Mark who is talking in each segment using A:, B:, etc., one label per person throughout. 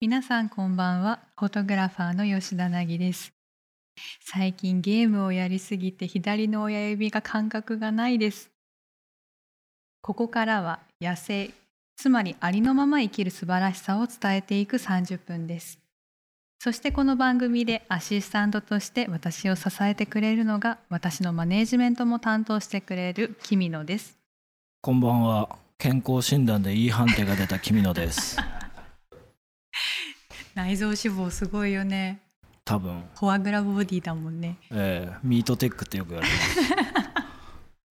A: 皆さんこんばんはフォトグラファーの吉田凪です最近ゲームをやりすぎて左の親指が感覚がないですここからは野生つまりありのまま生きる素晴らしさを伝えていく30分ですそしてこの番組でアシスタントとして私を支えてくれるのが私のマネージメントも担当してくれるキミノです
B: こんばんは。健康診断で E 判定が出た君野です。
A: 内臓脂肪すごいよね
B: 多分、
A: フォアグラボディだもんね
B: えーミートテックってよく言われます。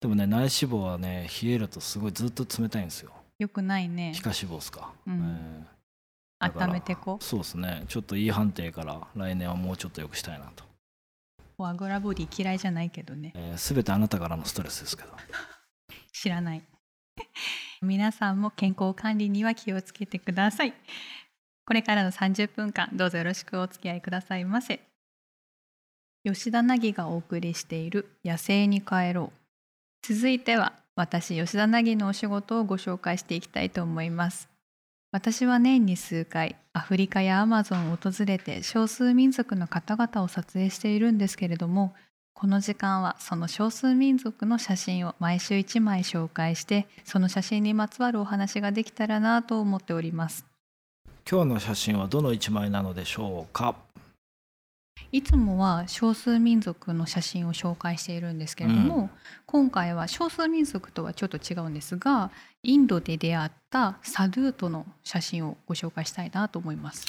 B: でもね、内脂肪はね、冷えるとすごいずっと冷たいんですよ。
A: よくないね
B: 皮下脂肪ですか。
A: うん
B: えーだから
A: 温めてこう
B: そうですね。ちょっと E 判定から来年はもうちょっと良くしたいなと。
A: フォアグラボディ嫌いじゃないけどね
B: えー、全てあなたからのストレスですけど。
A: 知らない 皆さんも健康管理には気をつけてくださいこれからの30分間どうぞよろしくお付き合いくださいませ吉田凪がお送りしている「野生に帰ろう」続いては私吉田凪のお仕事をご紹介していきたいと思います私は年に数回アフリカやアマゾンを訪れて少数民族の方々を撮影しているんですけれどもこの時間はその少数民族の写真を毎週1枚紹介してその写真にまつわるお話ができたらなと思っております
B: 今日の写真はどの一枚なのでしょうか。
A: いつもは少数民族の写真を紹介しているんですけれども、
B: う
A: 今回は少数民族とはちょっと違うんですがインドで出会ったサドゥーとの写真をご紹介したいなと思います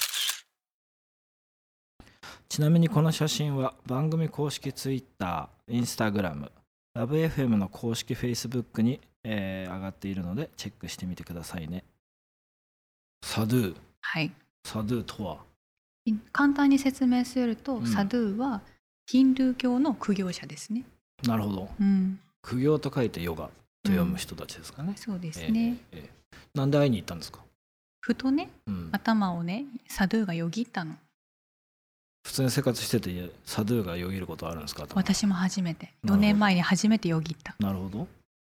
B: ちなみにこの写真は番組公式 Twitter、Instagram、LoveFM の公式 Facebook に、えー上がっているのでチェックしてみてくださいね。サドゥ、
A: はい
B: サドゥとは
A: 簡単に説明すると、
B: うん
A: サドゥーはヒンドゥー教の苦行者ですね、
B: なるほど。
A: うん、
B: 苦行と書いてヨガと読む人たちですかね。
A: そうです
B: え
A: ね、
B: ーえーなんで会いに行ったんですか、
A: ふとね
B: うん、
A: 頭をねサドゥがよぎったの
B: 普通に生活しててサドゥがよぎることあるんですか頭
A: 私も初めて
B: なる
A: 4
B: ほど
A: 年前に初めてよぎった
B: なるほど。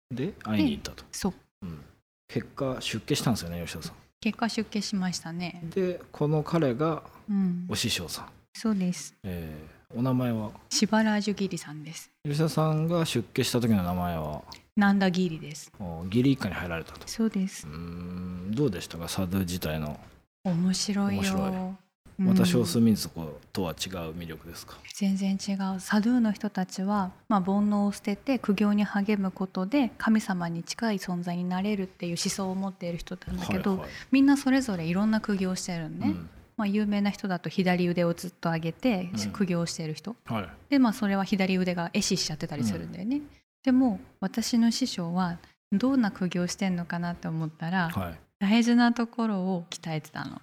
B: で、会いに行ったと。
A: そう
B: うん、結果、出家したんですよね、吉田さん。
A: 結果出家しましたね
B: で、この彼が
A: うん
B: お師匠さん。
A: そうです
B: えーお名前は
A: シバラージュギリさんです
B: 吉田さんが出家した時の名前は
A: ナンダギリです
B: お義理一家に入られたと
A: そうです
B: うーんどうでしたかサドゥ自体の
A: 面白いよ
B: 面白
A: うん
B: また少数民族とは違う魅力ですか、
A: 全然違うサドゥの人たちは、まあ、煩悩を捨てて苦行に励むことで神様に近い存在になれるっていう思想を持っている人なんだけど、
B: はいはい
A: みんなそれぞれいろんな苦行をしてるのね、
B: うん
A: まあ、有名な人だと左腕をずっと上げて
B: うん
A: 苦行をしている人、
B: はい
A: でまあそれは左腕が壊死しちゃってたりするんだよね、でも私の師匠はどんな苦行してんのかなって思ったら、
B: はい、
A: 大事なところを鍛えてたの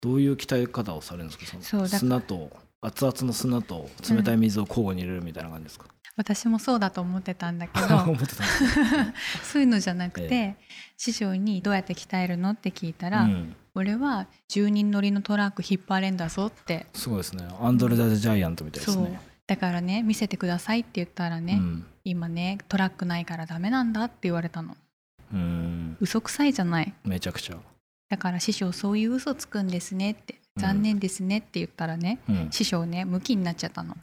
B: どういう鍛え方をされるんですかそ
A: そう
B: の
A: だから
B: 砂と熱々の砂と冷たい水を交互に入れるみたいな感じですか、
A: 私もそうだと思ってたんだ け
B: 思
A: ど
B: ってたんですけ
A: そういうのじゃなくて、
B: え
A: 師匠に「どうやって鍛えるの?」って聞いた
B: ど、
A: ら「
B: うん、
A: 俺は10人乗りのトラック引っ張れんだぞ」って
B: すごいですねアンドレ・ダ・ジャイアントみたいです
A: そう
B: ね
A: だからね見せてくださいって言ったらね、
B: うん
A: 今ねトラックないからダメなんだって言われたの
B: うん
A: 嘘くさいじゃない
B: めちゃくちゃ、
A: だから師匠そういう嘘つくんですねって
B: うん
A: 残念ですねって言ったらね、
B: うん、
A: 師匠ねムキになっちゃったの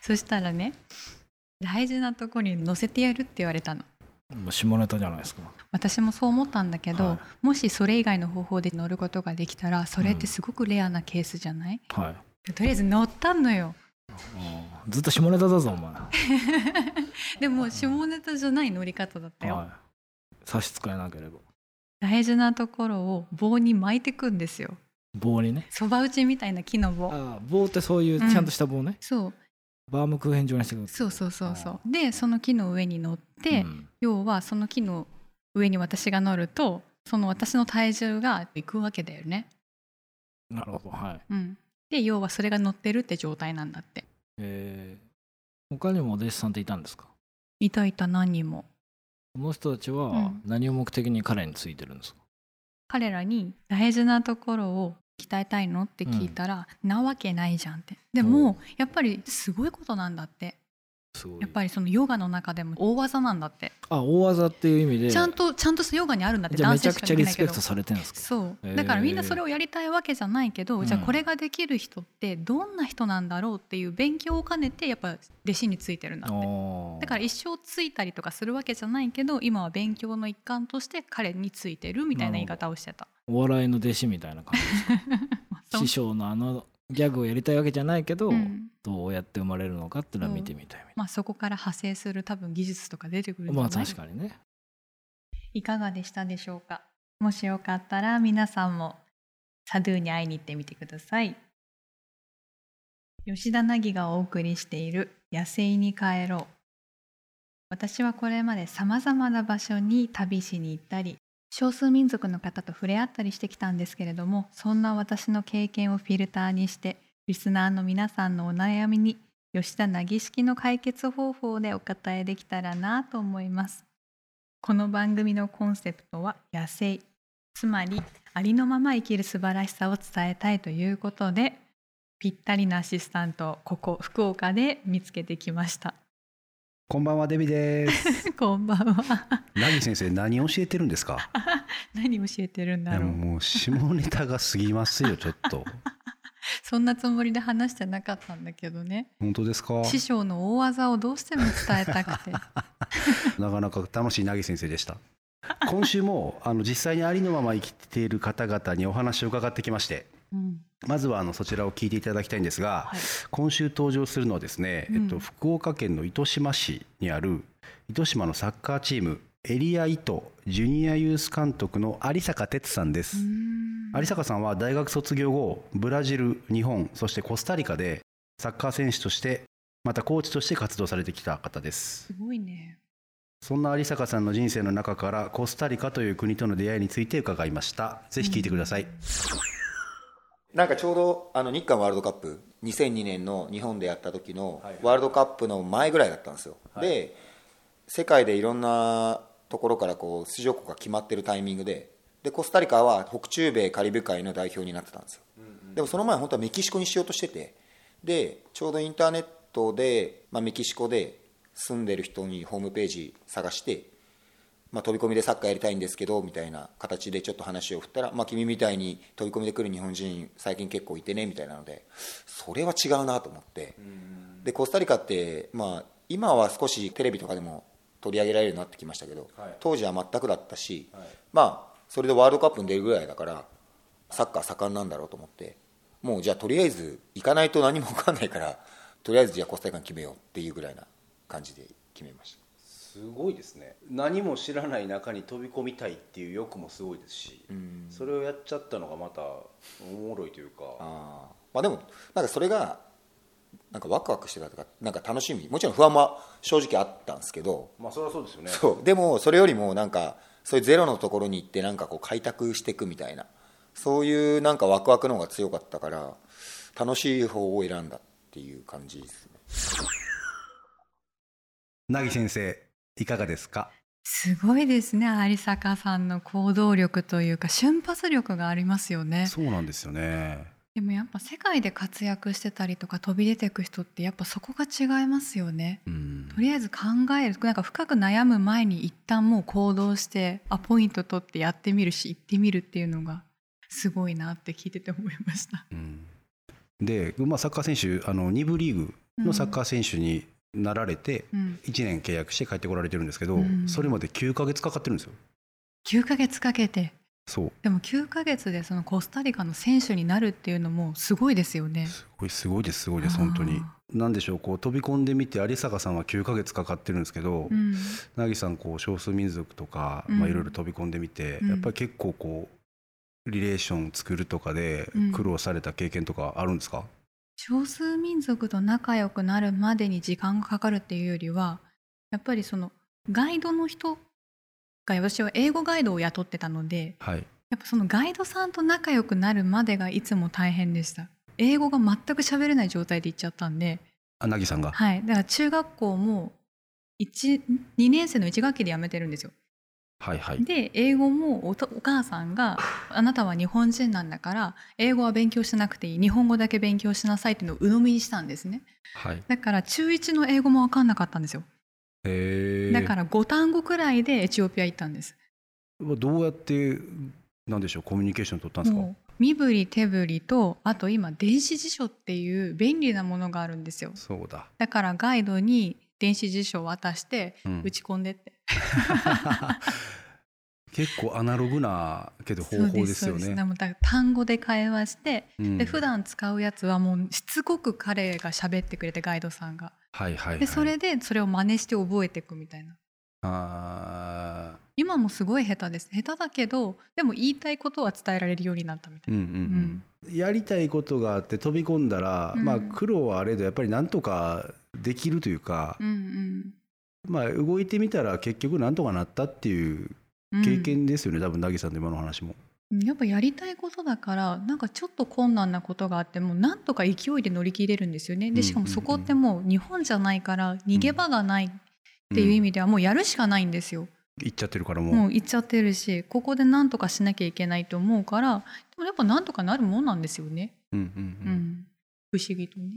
A: そしたらね大事なところに乗せてやるって言われたの
B: もう下ネタじゃないですか
A: 私もそう思ったんだけど、
B: はい
A: もしそれ以外の方法で乗ることができたらそれってすごくレアなケースじゃない、
B: はい
A: とりあえず乗ったのよ
B: うんずっと下ネタだぞお前
A: でも下ネタじゃない乗り方だったよ、
B: はい、差し支えなければ
A: 大事なところを棒に巻いてくんですよ
B: 棒にね
A: そば打ちみたいな木の棒
B: ああ棒ってそういう
A: うん
B: ちゃんとした棒ね、
A: そう
B: バームクーヘン状にしてくる
A: そうそうそうそうでその木の上に乗って、
B: うん
A: 要はその木の上に私が乗るとその私の体重がいくわけだよね。
B: なるほどはい
A: うん、で要はそれが乗ってるって状態なんだって。
B: えー、他にもお弟子さんっていたんですか
A: いたいた何人も
B: この人たち
A: う
B: は
A: ん
B: 何を目的に彼についてるんですか、
A: 彼らに大事なところを鍛えたいのって聞いたら、なわけないじゃんってで
B: おう
A: もやっぱりすごいことなんだって
B: すごい
A: やっぱりそのヨガの中でも大技なんだって、
B: あ大技っていう意味で
A: ちゃんとちゃんとヨガにあるんだって
B: じゃあめ
A: 男
B: ち
A: 性
B: ゃく
A: しか
B: ち
A: で
B: ゃ
A: き
B: リ
A: ない
B: ス
A: け
B: ペ
A: ど
B: クトされてるんですか
A: そう
B: へー
A: だからみんなそれをやりたいわけじゃないけど、じゃあ
B: うん
A: これができる人ってどんな人なんだろうっていう勉強を兼ねてやっぱ弟子についてるんだってだから
B: み
A: 一生ついたりとかするわけじゃないけど今は勉強の一環として彼についてるみたいな言い方をしてた。
B: お笑いの弟子みたいな感じですか
A: そう
B: 師匠のあのギャグをやりたいわけじゃないけど、
A: うん
B: どうやって生まれるのかっていうのは見てみたいみたい
A: まあ、そこから派生する多分技術とか出てくるんじ
B: な、
A: ゃ
B: ま
A: な
B: あ
A: い
B: 確かにね
A: いかがでしたでしょうかもしよかったら皆さんもサドゥに会いに行ってみてください吉田凪がお送りしている「野生に帰ろう」私はこれまでさまざまな場所に旅しに行ったり少数民族の方と触れ合ったりしてきたんですけれどもそんな私の経験をフィルターにしてリスナーの皆さんのお悩みに吉田凪式の解決方法でお答えできたらなと思いますこの番組のコンセプトは野生つまりありのまま生きる素晴らしさを伝えたいということでぴったりなアシスタントをここ福岡で見つけてきました
C: こんばんはデビです。
A: こんばんは
C: ラギ先生何教えてるんですか。
A: 何教えてるん
C: い
A: だ
C: や
A: ろう
C: もう下ネタが過ぎますよちょっ と。
A: そんなつもりで話してなかったんだけどね
C: 本当ですか。
A: 師匠の大技をどうしても伝えた くて
C: なかなか楽しいナギ先生でした。今週もあの実際にありのまま生きている方々にお話を伺ってきまして。
A: うん
C: まずはあのそちらを聞いていただきたいんですが、
A: はい
C: 今週登場するのはですね、
A: うん
C: えっと、福岡県の糸島市にある糸島のサッカーチームエリア糸ジュニアユース監督の有坂哲さんです、有坂さんは大学卒業後ブラジル日本そしてコスタリカでサッカー選手としてまたコーチとして活動されてきた方です
A: すごいね
C: そんな有坂さんの人生の中からコスタリカという国との出会いについて伺いましたぜひ聞いてください、
D: なんかちょうどあの日韓ワールドカップ2002年の日本でやった時の
C: はい
D: ワールドカップの前ぐらいだったんですよ、
C: はい
D: で世界でいろんなところからこう出場国が決まってるタイミングででコスタリカは北中米カリブ海の代表になってたんですよ、でもその前本当はメキシコにしようとしててでちょうどインターネットで、まあ、メキシコで住んでる人にホームページ探してまあ、飛び込みでサッカーやりたいんですけどみたいな形でちょっと話を振ったら、まあ、君みたいに飛び込みで来る日本人最近結構いてねみたいなのでそれは違うなと思ってでコスタリカって、まあ、今は少しテレビとかでも取り上げられるようになってきましたけど、
C: はい
D: 当時は全くだったし、まあ、それでワールドカップに出るぐらいだからサッカー盛んなんだろうと思ってもうじゃあとりあえず行かないと何も分かんないからとりあえずじゃあコスタリカに決めようっていうぐらいな感じで決めました。
C: すごいですね何も知らない中に飛び込みたいっていう欲もすごいですし、それをやっちゃったのがまたおもろいというか
D: あーまあでもなんかそれがなんかワクワクしてたとかなんか楽しみもちろん不安は正直あったんですけど、
C: まあそれはそうですよね
D: そうでもそれよりもなんかそういうゼロのところに行ってなんかこう開拓していくみたいなそういうなんかワクワクの方が強かったから楽しい方を選んだっていう感じですね
C: 凪先生いかがですか
A: すごいですね有坂さんの行動力というか瞬発力がありますよね
C: そうなんですよね
A: でもやっぱ世界で活躍してたりとか飛び出てく人ってやっぱそこが違いますよね。
C: うん
A: とりあえず考えるなんか深く悩む前に一旦もう行動してアポイント取ってやってみるし行ってみるっていうのがすごいなって聞いてて思いました。
C: うんで、まあ、サッカー選手あの2部リーグのサッカー選手になられて、
A: うん、
C: 1年契約して帰ってこられてるんですけど、
A: うん
C: それまで9ヶ月かかってるんですよ
A: 9ヶ月かけて
C: そう
A: でも9ヶ月でそのコスタリカの選手になるっていうのもすごいですよね。
C: すごいすごいですすごいです本当に
A: あ
C: なんでしょうこう飛び込んでみて有坂さんは9ヶ月かかってるんですけど、
A: うん
C: なぎさんこう少数民族とか、
A: うん
C: まあ、いろいろ飛び込んでみて、
A: うん
C: やっぱり結構こうリレーション作るとかで
A: うん
C: 苦労された経験とかあるんですか、
A: 少数民族と仲良くなるまでに時間がかかるっていうよりはやっぱりそのガイドの人が私は英語ガイドを雇ってたので
C: はい
A: やっぱそのガイドさんと仲良くなるまでがいつも大変でした英語が全く喋れない状態で行っちゃったんで
C: あなぎさんが、
A: はいだから中学校も1 2年生の1学期で辞めてるんですよ
C: はいはい
A: で英語もおとお母さんが「あなたは日本人なんだから英語は勉強しなくていい日本語だけ勉強しなさい」っていうのを鵜呑みにしたんですね
C: はい
A: だから中1の英語も分かんなかったんですよ
C: へえ
A: だから5単語くらいでエチオピア行ったんです
C: どうやってなんでしょうコミュニケーション取ったんですか
A: もう身振り手振りとあと今電子辞書っていう便利なものがあるんですよ
C: そうだ、
A: だからガイドに電子辞書を渡して
C: うん
A: 打ち込んでって、
C: 結構アナログなけど方
A: そう
C: 法ですよ
A: そう
C: ね
A: で。もだから単語で会話して、
C: うん
A: で普段使うやつはもうしつこく彼が喋ってくれてガイドさんが
C: はいはい、はい、
A: でそれでそれを真似して覚えていくみたいな
C: あ
A: 今もすごい下手です下手だけどでも言いたいことは伝えられるようになったみた
C: ー
A: い
C: うん
A: な、
C: うんうん、やりたいことがあって飛び込んだら、
A: うん
C: まあ苦労はあれどやっぱりなんとかできるというか
A: う、んうん
C: まあ動いてみたら結局なんとかなったっていう
A: うん
C: 経験ですよね、多分なぎさんの今の話も。
A: うんやっぱやりたいことだからなんかちょっと困難なことがあってもなんとか勢いで乗り切れるんですよねでしかもそこってもう日本じゃないから逃げ場がないっていう意味ではもうやるしかないんですよ、
C: 言っちゃってるから
A: も
C: もう
A: う行っちゃってるしここでなんとかしなきゃいけないと思うからでもやっぱなんとかなるもんなんですよね、
C: うんう
A: うん
C: んうん
A: ん、不思議とね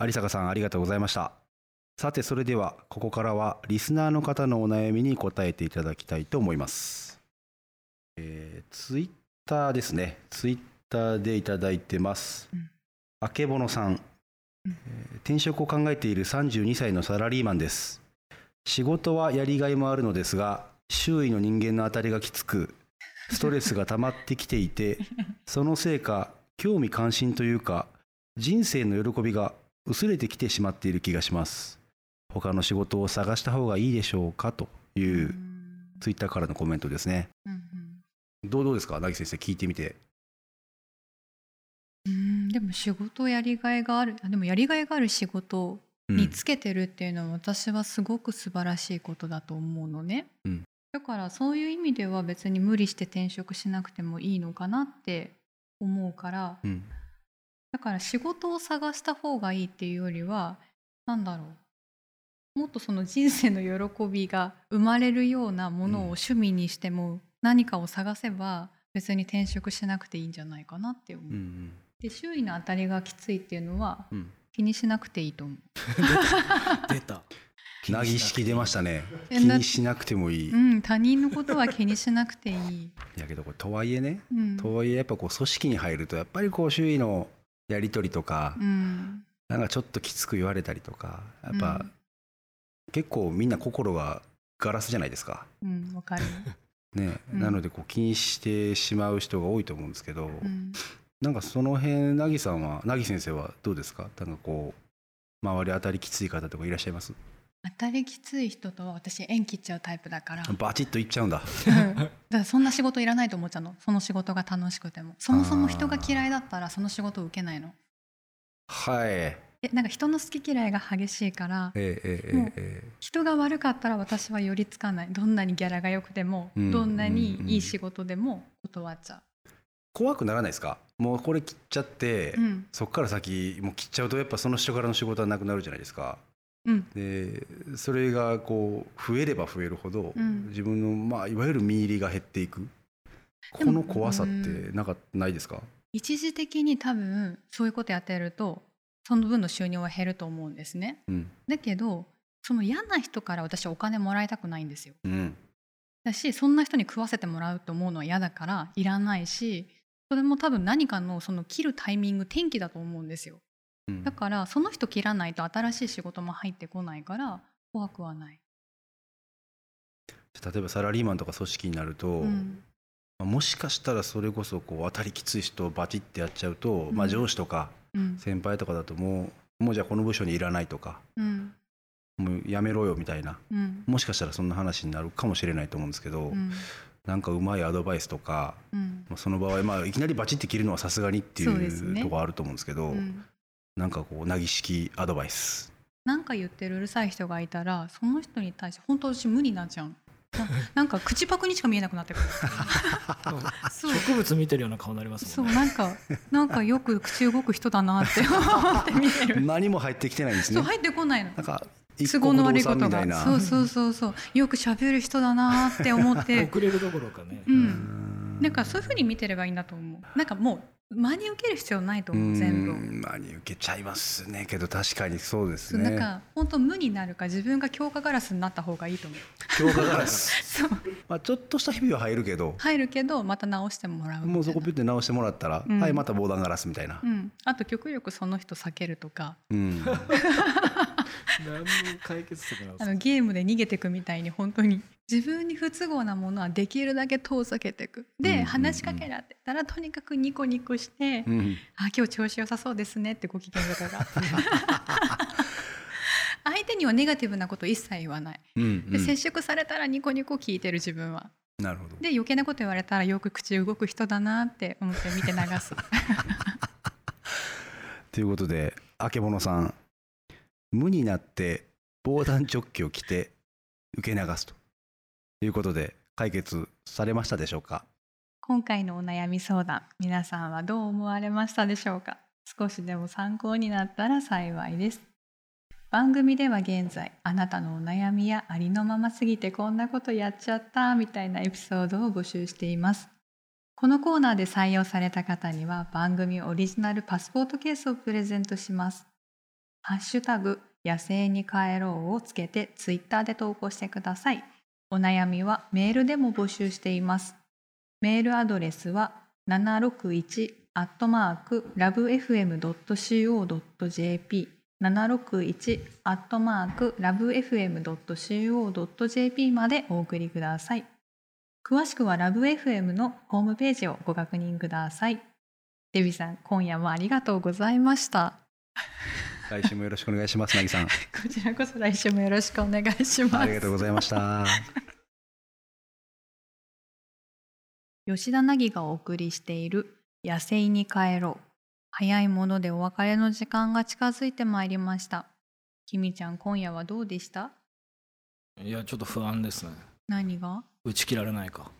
C: 有坂さんありがとうございましたさてそれではここからはリスナーの方のお悩みに答えていただきたいと思いますえー、ツイッターですねツイッターでいただいてます、
A: うん
C: あけぼのさん、えー転職を考えている32歳のサラリーマンです仕事はやりがいもあるのですが周囲の人間の当たりがきつくストレスが溜まってきてい てそのせいか興味関心というか人生の喜びが薄れてきてしまっている気がします他の仕事を探した方がいいでしょうかといううんツイッターからのコメントですね
A: うんうん
C: どうどうですかなぎ先生聞いてみて
A: うんでも仕事やりがいがあるあでもやりがいがある仕事
C: うん
A: につけてるっていうのは私はすごく素晴らしいことだと思うのね、
C: うん
A: だからそういう意味では別に無理して転職しなくてもいいのかなって思うから
C: うん
A: だから仕事を探した方がいいっていうよりはなんだろうもっとその人生の喜びが生まれるようなものを
C: うん
A: 趣味にしても何かを探せば別に転職しなくていいんじゃないかなって思う
C: う。ん
A: で周囲の当たりがきついっていうのは
C: うん
A: 気にしなくていいと思う。
B: 出た
C: なぎ式出ましたね気
A: え
C: にしなくてもいい、
A: う
C: い
A: ん、他人のことは気にしなくていい。
C: やけどこれとはいえね
A: うん、
C: とはいえやっぱこう組織に入るとやっぱりこう周囲のやり取りとか、
A: うん、
C: なんかちょっときつく言われたりとかやっぱ、
A: うん
C: 結構みんな心がガラスじゃないですか
A: うん、わかる。
C: ね、
A: うん
C: なのでこう気にしてしまう人が多いと思うんですけど、
A: うん、
C: なんかその辺なぎさんはなぎ先生はどうですかなんかこう周り当たりきつい方とかいらっしゃいます
A: 当たりきつい人とは私縁切っちゃうタイプだから。うん
C: バチッといっちゃうんだ
A: だからそんな仕事いらないと思っちゃうの。その仕事が楽しくても、そもそも人が嫌いだったらその仕事を受けないの。
C: はいえ
A: え、なんか人の好き嫌いが激しいから
C: え。ええ
A: もう
C: ええ
A: 人が悪かったら私は寄りつかないどんなにギャラが良くても、
C: うん
A: どんなにいい仕事でも断っちゃ
C: 怖くならないですかもうこれ切っちゃって、
A: う、うん
C: そっから先もう切っちゃうとやっぱその人からの仕事はなくなるじゃないですか
A: うん、
C: でそれがこう増えれば増えるほど、
A: うん
C: 自分の、まあ、いわゆる身入りが減っていくこ
A: でも
C: の怖さってなんかないですか
A: 一時的に多分そういうことやってるとその分の収入は減ると思うんですね
C: うん
A: だけどその嫌な人から私はお金もらいたくないんですよ
C: うん
A: だしそんな人に食わせてもらうと思うのは嫌だからいらないしそれも多分何かのその切るタイミング転機だと思うんですよ
C: うん
A: だからその人切らないと新しい仕事も入ってこないから怖くはない、
C: 例えばサラリーマンとか組織になると、
A: うん
C: まあもしかしたらそれこそこう当たりきつい人をバチってやっちゃうと、まあ、
A: うん
C: 上司とか
A: うん
C: 先輩とかだともうもうじゃあこの部署にいらないとか
A: うん
C: もうやめろよみたいな
A: うん
C: もしかしたらそんな話になるかもしれないと思うんですけ
A: う
C: ど、
A: ん
C: なんかうまいアドバイスとか
A: うん
C: まあその場合、まあ、いきなりバチって切るのはさすがにってい
A: そうです
C: う
A: ね
C: とこあると思うんですけど
A: うん
C: なんかこうなぎ式アドバイス
A: なんか言ってるうるさい人がいたらその人に対して本当私無理なん じゃんななんか口パクにしか見えなくなってくるそう
B: 植物見てるような顔になります
A: そ
B: も
A: うん
B: ね
A: なんかなんかよく口動く人だなって思って見える
C: 何も入ってきてないんです
A: そう
C: ね
A: 入ってこないの
C: なんか
A: 都合の悪いこ
C: 一
A: と
C: 国道産みたい
A: がそう
C: な
A: そうそうそうよく喋る人だなーって思っ て
B: 遅れるどころかね、
A: うんなんかそういうふうに見てればいいんだと思うなんかもう真に受ける必要ないと思う全部を
C: うんまあに受けちゃいますねけど確かにそうです
A: そう
C: ね
A: なんか本当無になるか自分が強化ガラスになった方がいいと思う
C: 強化ガラス
A: そう
C: まあちょっとした日々は入るけど
A: 入るけどまた直してもらうみたいな
C: もうそこピュって直してもらったら、
A: うん
C: はいまた防弾ガラスみたいな
A: う、ん、あと極力その人避けるとか
C: うん、
B: 何も解決策なん
A: あのゲームで逃げてくみたいに本当に自分に不都合なものはできるだけ遠ざけてく
C: うんうんう
A: で
C: ん
A: 話しかけられたらとにかくニコニコして
C: うん
A: 「あ今日調子良さそうですね」ってご機嫌伺 が相手にはネガティブなこと一切言わない
C: うんう
A: で接
C: ん
A: 触されたらニコニコ聞いてる自分は
C: なるほど
A: で余計なこと言われたらよく口動く人だなって思って見て流す
C: ということであけぼのさん無になって防弾チョッキを着て受け流すということで解決されましたでしょうか
A: 今回のお悩み相談皆さんはどう思われましたでしょうか少しでも参考になったら幸いです番組では現在あなたのお悩みやありのまますぎてこんなことやっちゃったみたいなエピソードを募集していますこのコーナーで採用された方には番組オリジナルパスポートケースをプレゼントしますハッシュタグ野生に帰ろうをつけてツイッターで投稿してくださいお悩みはメールでも募集していますメールアドレスは761アットマークラブ FM.co.jp 761アットマークラブ FM.co.jp までお送りください。詳しくはラブ FM のホームページをご確認ください。デビさん、今夜もありがとうございました。
C: 来週もよろしく お願いしますなぎさん
A: こちらこそ来週もよろしくお願いします。
C: ありがとうございました
A: 吉田凪がお送りしている「野生に帰ろう」早いものでお別れの時間が近づいてまいりましたきみちゃん今夜はどうでした
B: いやちょっと不安ですね
A: 何が
B: 打ち切られないか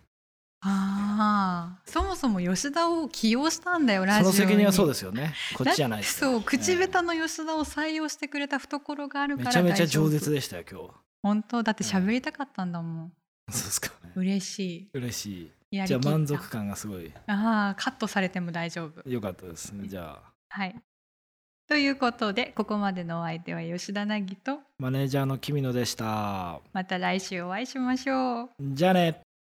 A: ああそもそも吉田を起用したんだよラ
B: そ
A: ジオに
B: の責任はそうですよねこっちじゃな
A: だ
B: いで
A: って
B: す
A: そう口下
B: え
A: 手の吉田を採用してくれた懐があ
B: え
A: るか
B: め
A: ら
B: ちゃめちゃ
A: 大丈夫
B: 饒舌でしたよ今日は
A: 本当だって喋りたかったんだもん、
B: そうですか
A: 嬉し
B: 嬉し
A: いや
B: い
A: りき
B: じゃあ
A: った
B: 満足感がすごい
A: ああカットされても大丈夫
B: 良かったですねじゃあ
A: はいということでここまでのお相手は吉田凪と
B: マネージャーの君野でした
A: また来週お会いしましょう。
B: じゃあね